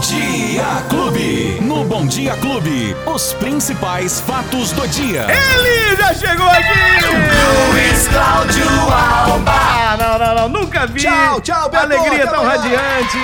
Dia Clube. No Bom Dia Clube, os principais fatos do dia. Ele já chegou aqui! Luiz Cláudio Alba. Ah, não, não, não, nunca vi. Tchau, tchau, Beto, Alegria até tão amanhã. radiante.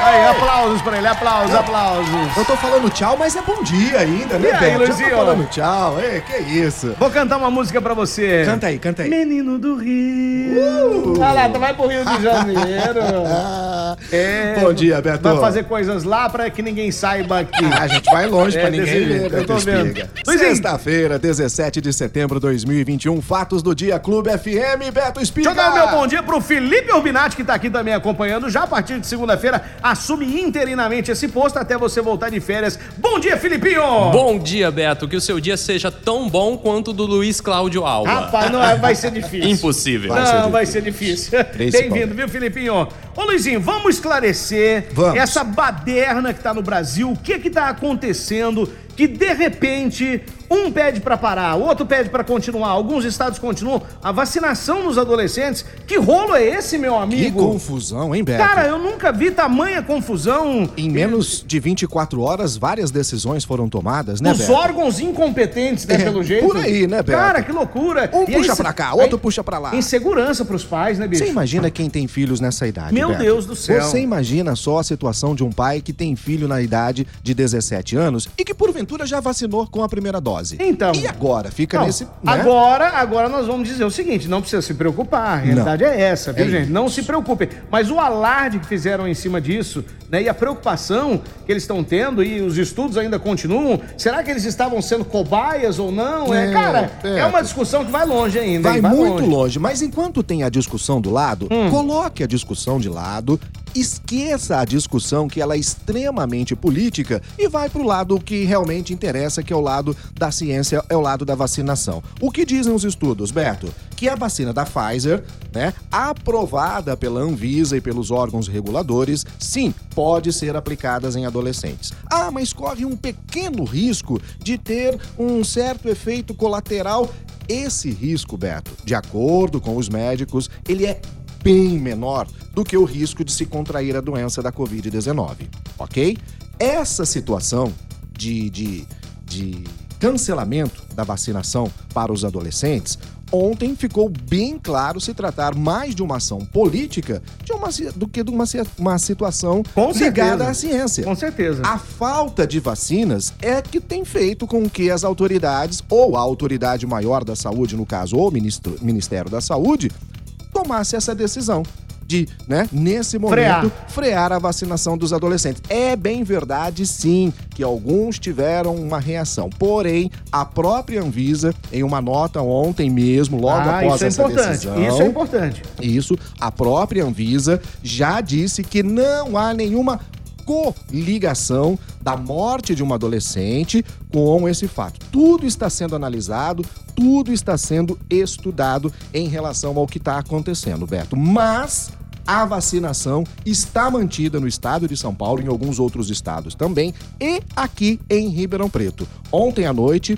Aí, aplausos pra ele, aplausos, aplausos. Eu tô falando tchau, mas é bom dia ainda, né, E aí, Beto? Eu Luizinho? tô falando tchau. Ei, que isso? Vou cantar uma música pra você. Canta aí, Uh! canta aí. Menino do Rio. Ah lá, tu vai pro Rio de Janeiro. Ah, É, bom dia, Beto. Vai fazer coisas lá pra que ninguém saiba aqui. Ah, a gente vai longe É, pra ninguém desse ver. jeito, eu tô Beto vendo. Espiga. Luizinho. Sexta-feira, 17 de setembro de 2021. Fatos do dia, Clube FM, Beto Espiga. Deixa eu dar o meu bom dia pro Felipe Urbinati, que tá aqui também acompanhando. Já a partir de segunda-feira, assume interinamente esse posto até você voltar de férias. Bom dia, Filipinho! Bom dia, Beto. Que o seu dia seja tão bom quanto o do Luiz Cláudio Alba. Rapaz, não é- vai ser difícil. Impossível. Vai não, ser vai ser difícil. Principalmente. Bem-vindo, viu, Filipinho? Ô, Luizinho, vamos esclarecer Vamos. essa baderna que tá no Brasil. O que que tá acontecendo que, de repente, um pede pra parar, o outro pede pra continuar, alguns estados continuam. A vacinação nos adolescentes, que rolo é esse, meu Que amigo? confusão, hein, Beto? Cara, eu nunca vi tamanha confusão. em menos de 24 horas, várias decisões foram tomadas, né, Os Beto? órgãos incompetentes, né, É, pelo jeito. por aí, né, Beto? Cara, que loucura. Um E aí puxa cê- pra cá, outro puxa pra lá. Insegurança pros pais, né, bicho? Você imagina quem tem filhos nessa idade? Meu Beto? Deus do céu. Você imagina só a situação de um pai que tem filho na idade de 17 anos e que porventura já vacinou com a primeira dose. Então. E agora? Fica Não, nesse. né? agora, agora nós vamos dizer o seguinte, não precisa se preocupar, a realidade é essa, viu, É gente? Não se preocupem. Mas o alarde que fizeram em cima disso, né, e a preocupação que eles estão tendo e os estudos ainda continuam, será que eles estavam sendo cobaias ou não? É, É, cara, é. Beto. uma discussão que vai longe ainda. Vai, hein? muito longe. mas enquanto tem a discussão do lado, coloque a discussão de lado, esqueça a discussão que ela é extremamente política e vai pro lado que realmente interessa, que é o lado da ciência, é o lado da vacinação. O que dizem os estudos, Beto? Que a vacina da Pfizer, né, aprovada pela Anvisa e pelos órgãos reguladores, sim, pode ser aplicadas em adolescentes. Ah, mas corre um pequeno risco de ter um certo efeito colateral esse risco, Beto, de acordo com os médicos, ele é bem menor do que o risco de se contrair a doença da Covid-19, ok? Essa situação de, de, de cancelamento da vacinação para os adolescentes, ontem ficou bem claro se tratar mais de uma ação política de uma ci- do que de uma, ci- uma situação Com certeza. ligada à ciência. Com certeza. A falta de vacinas é que tem feito com que as autoridades, ou a autoridade maior da saúde, no caso, ou o ministro- Ministério da Saúde, tomasse essa decisão de, né, nesse momento, Frear. frear a vacinação dos adolescentes. É bem verdade, sim, que alguns tiveram uma reação. Porém, a própria Anvisa, em uma nota ontem mesmo, logo Ah, após isso é essa importante. decisão, Isso é importante. isso, a própria Anvisa já disse que não há nenhuma coligação da morte de uma adolescente com esse fato. Tudo está sendo analisado, tudo está sendo estudado em relação ao que está acontecendo, Beto. Mas a vacinação está mantida no estado de São Paulo, em alguns outros estados também, e aqui em Ribeirão Preto. Ontem à noite,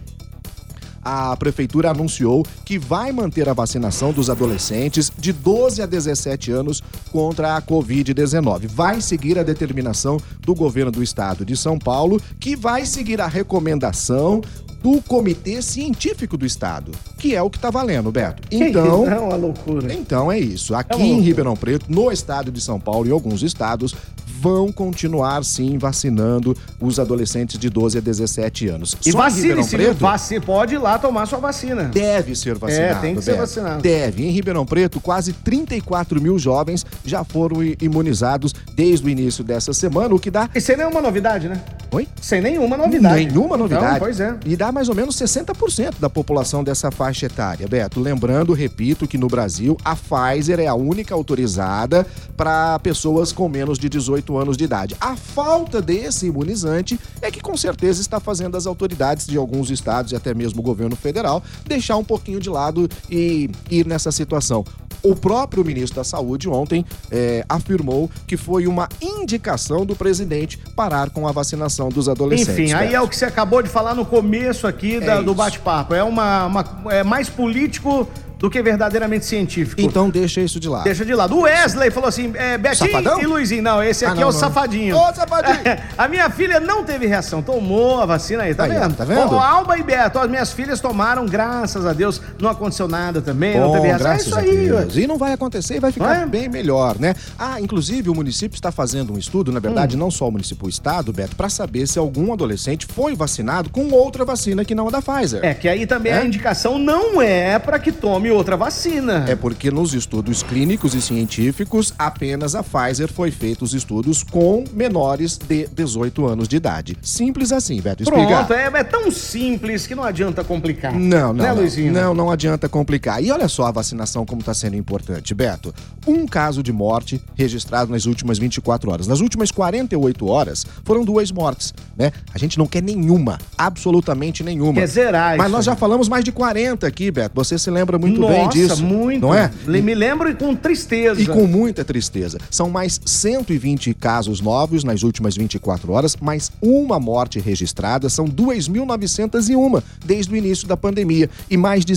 a prefeitura anunciou que vai manter a vacinação dos adolescentes de 12 a 17 anos contra a Covid-19. Vai seguir a determinação do governo do estado de São Paulo, que vai seguir a recomendação do Comitê Científico do Estado, que é o que está valendo, Beto. Então. é uma loucura. Então é isso. Aqui uma em loucura. Ribeirão Preto, no estado de São Paulo e alguns estados, vão continuar sim vacinando os adolescentes de 12 a 17 anos. E Só em vacine, Ribeirão se Preto- vaci- pode ir lá tomar sua vacina. deve ser vacinado. É, tem que ser Beto. vacinado. Deve. Em Ribeirão Preto, quase 34 mil jovens já foram i- imunizados desde o início dessa semana, o que dá. E sem nenhuma novidade, né? Oi? Sem nenhuma novidade. Nenhuma novidade. Não, pois é. E dá mais ou menos 60% da população dessa faixa etária, Beto. Lembrando, repito, que no Brasil a Pfizer é a única autorizada para pessoas com menos de 18 anos de idade. A falta desse imunizante é que com certeza está fazendo as autoridades de alguns estados e até mesmo o governo federal deixar um pouquinho de lado e ir nessa situação. O próprio ministro da Saúde ontem eh, afirmou que foi uma indicação do presidente parar com a vacinação dos adolescentes. Enfim, aí Beto. é o que você acabou de falar no começo aqui da- É do isso. bate-papo. É uma, uma- é mais político do que verdadeiramente científico. Então deixa isso de lado. Deixa de lado. O Wesley falou assim: é, Betinho Safadão? e Luizinho. Não, esse Ah, aqui não, é o não. safadinho. Ô, safadinho! a minha filha não teve reação, tomou a vacina aí, tá Aí, ó, vendo? tá vendo? Ó, Alba e Beto, as minhas filhas tomaram, graças a Deus, não aconteceu nada também, não Bom, teve reação. É graças isso a aí, ué. Deus. E não vai acontecer e vai ficar Não é? bem melhor, né? Ah, inclusive o município está fazendo um estudo, na Hum. verdade, não só o município, o estado, Beto, para saber se algum adolescente foi vacinado com outra vacina que não a da Pfizer. É que aí também É? a indicação não é pra que tome outra vacina. É porque nos estudos clínicos e científicos, apenas a Pfizer foi feita os estudos com menores de 18 anos de idade. Simples assim, Beto. Explicar. Pronto, é, é tão simples que não adianta complicar. Não, não. Né, não. Luizinho? não, não adianta complicar. E olha só a vacinação como está sendo importante, Beto. Um caso de morte registrado nas últimas 24 horas. Nas últimas 48 horas foram duas mortes, né? A gente não quer nenhuma, absolutamente nenhuma. Quer zerar Mas isso nós já aí. falamos mais de 40 aqui, Beto. Você se lembra muito Nossa, bem disso. muito. Não é? Le- Me lembro e com tristeza. E com muita tristeza. São mais 120 casos novos nas últimas 24 horas, mais uma morte registrada, são 2.901 desde o início da pandemia. E mais de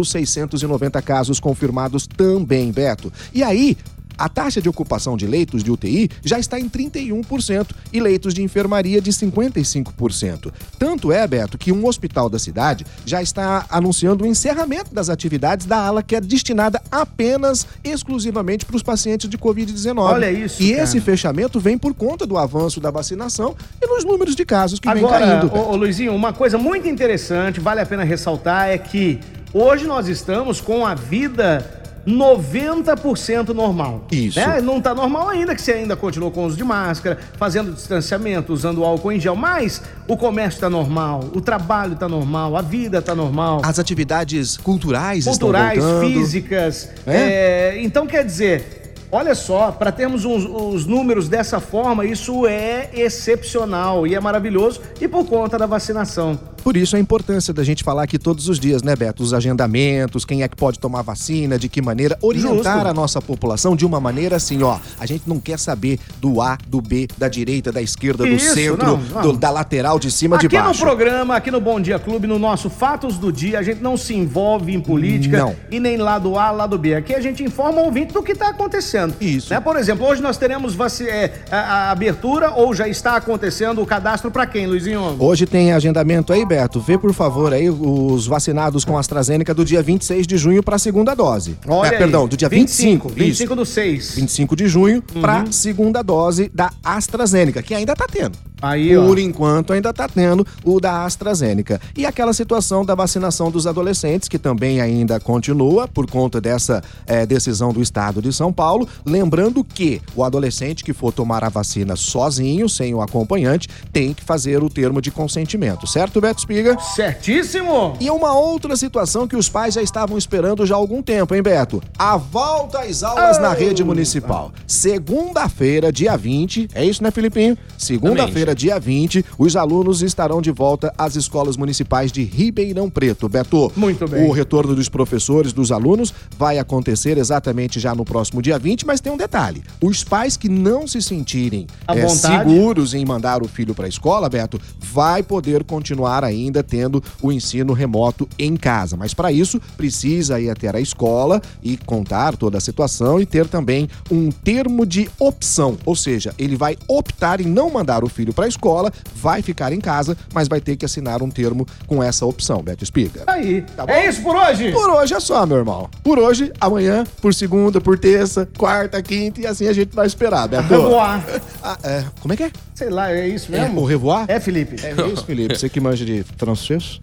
108.690 casos confirmados também, Beto. E aí. A taxa de ocupação de leitos de UTI já está em 31% e leitos de enfermaria de 55%. Tanto é, Beto, que um hospital da cidade já está anunciando o encerramento das atividades da ala que é destinada apenas exclusivamente para os pacientes de Covid-19. Olha isso, E cara. esse fechamento vem por conta do avanço da vacinação e nos números de casos que vem Agora, caindo. ô, ô, Luizinho, uma coisa muito interessante, vale a pena ressaltar, é que hoje nós estamos com a vida 90% normal. Isso. Né? Não tá normal ainda, que você ainda continuou com o uso de máscara, fazendo distanciamento, usando álcool em gel, mas o comércio tá normal, o trabalho tá normal, a vida tá normal. As atividades culturais, culturais, estão voltando. físicas. é, então, quer dizer, olha só, para termos uns- os números dessa forma, isso é excepcional e é maravilhoso e por conta da vacinação. Por isso a importância da gente falar aqui todos os dias, né, Beto? Os agendamentos, quem é que pode tomar vacina, de que maneira, orientar Justo. a nossa população de uma maneira assim, ó. A gente não quer saber do A, do B, da direita, da esquerda, do Isso, centro, não, não. do- da lateral, de cima, de Aqui no baixo. programa, aqui no Bom Dia Clube, no nosso Fatos do Dia, a gente não se envolve em política Não. e nem lado A, lado B. Aqui a gente informa o ouvinte do que está acontecendo. Isso. Né? Por exemplo, hoje nós teremos vaci- é, a, a abertura ou já está acontecendo o cadastro para quem, Luizinho? Hoje tem agendamento aí, Beto. Vê, por favor, aí os vacinados com AstraZeneca do dia 26 de junho para a segunda dose. Olha é, aí. perdão, do dia 25. 25, isso. do 6. 25 de junho Uhum. pra para segunda dose da AstraZeneca, que ainda tá tendo. Aí, ó. Por enquanto ainda tá tendo o da AstraZeneca. E aquela situação da vacinação dos adolescentes, que também ainda continua por conta dessa eh, decisão do estado de São Paulo. Lembrando que o adolescente que for tomar a vacina sozinho, sem o acompanhante, tem que fazer o termo de consentimento, certo, Beto Spiga? Certíssimo! E é uma outra situação que os pais já estavam esperando já há algum tempo, hein, Beto? A volta às aulas na rede municipal. Segunda-feira, dia 20. É isso, né, Filipinho? Segunda-feira, dia 20, os alunos estarão de volta às escolas municipais de Ribeirão Preto. Beto, Muito bem. o retorno dos professores, dos alunos, vai acontecer exatamente já no próximo dia 20, mas tem um detalhe. Os pais que não se sentirem À é, vontade. seguros em mandar o filho para a escola, Beto, vai poder continuar ainda tendo o ensino remoto em casa. Mas para isso, precisa ir até a escola e contar toda a situação e ter também um termo de opção. Ou seja, ele vai optar em não mandar o filho para a escola, vai ficar em casa, mas vai ter que assinar um termo com essa opção, Beto Espiga. Aí. Tá bom? é isso por hoje? Por hoje é só, meu irmão. Por hoje, amanhã, por segunda, por terça, quarta, quinta e assim a gente vai esperar, Beto. Revoar. Ah, é, como é que é? Sei lá, é isso É, mesmo? revoar? É, Felipe. É isso, Felipe. Você que manja de francês?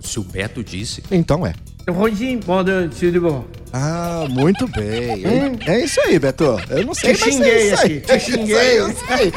Se o Beto disse. Então é. Rodinho, bom dia, tudo bom. Ah, muito bem. É isso aí, Beto. Eu não sei, Te mas xinguei é isso aí. aqui, te xinguei. Eu sei, eu sei.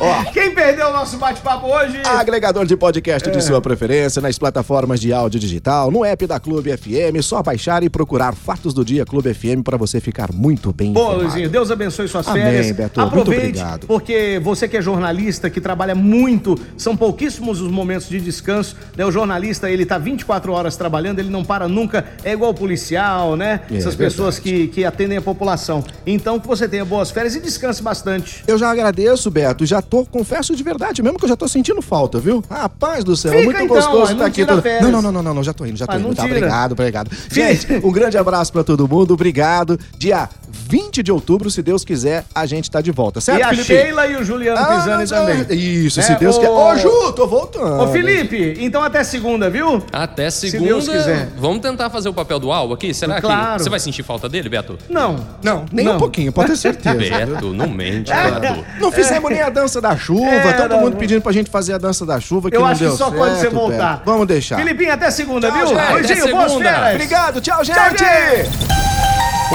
Ó, Quem perdeu o nosso bate-papo hoje? agregador de podcast É. de sua preferência, nas plataformas de áudio digital, no app da Clube FM, só baixar e procurar Fatos do Dia Clube FM para você ficar muito bem Boa, informado. Luizinho. Deus abençoe suas Amém, férias. Beto. Muito Aproveite, obrigado. porque você que é jornalista, que trabalha muito, são pouquíssimos os momentos de descanso. Né? O jornalista, ele tá 24 horas trabalhando, ele não para nunca. É igual o policial, né? É, Essas é pessoas que, que atendem a população. Então, que você tenha boas férias e descanse bastante. Eu já agradeço, Beto. Já tô, confesso de verdade mesmo que eu já tô sentindo falta, viu? Rapaz do céu, é Fica muito então, gostoso mas estar não aqui. tira todo- férias. Não, não, não, não, não, não, já tô indo, já tô Mas indo. não Tá, tira. obrigado, obrigado. Fica- Gente, um grande abraço pra todo mundo, obrigado. Dia 20 de outubro, se Deus quiser, a gente tá de volta, certo, e a Felipe? Sheila e o Juliano Ah, Pisani não, também. Isso, Né? se Deus Ô- quiser. Ô, Ju, tô voltando. Ô, Felipe, então até segunda, viu? Até segunda. Deus quiser. Vamos tentar fazer o papel do Al aqui? Será Claro. que você vai sentir falta dele, Beto? Não. Não, nem Não. É. um pouquinho, pode ter certeza. Beto, não mente, Beto. Não fizemos nem a dança da chuva, É, todo não, mundo não. pedindo pra gente fazer a dança da chuva que Eu não acho que deu só certo, quando você voltar. Beto. Vamos deixar. Filipinho, até segunda, Tchau, viu? gente. Até Beijinho, boas segunda. férias. Obrigado, tchau, gente! gente.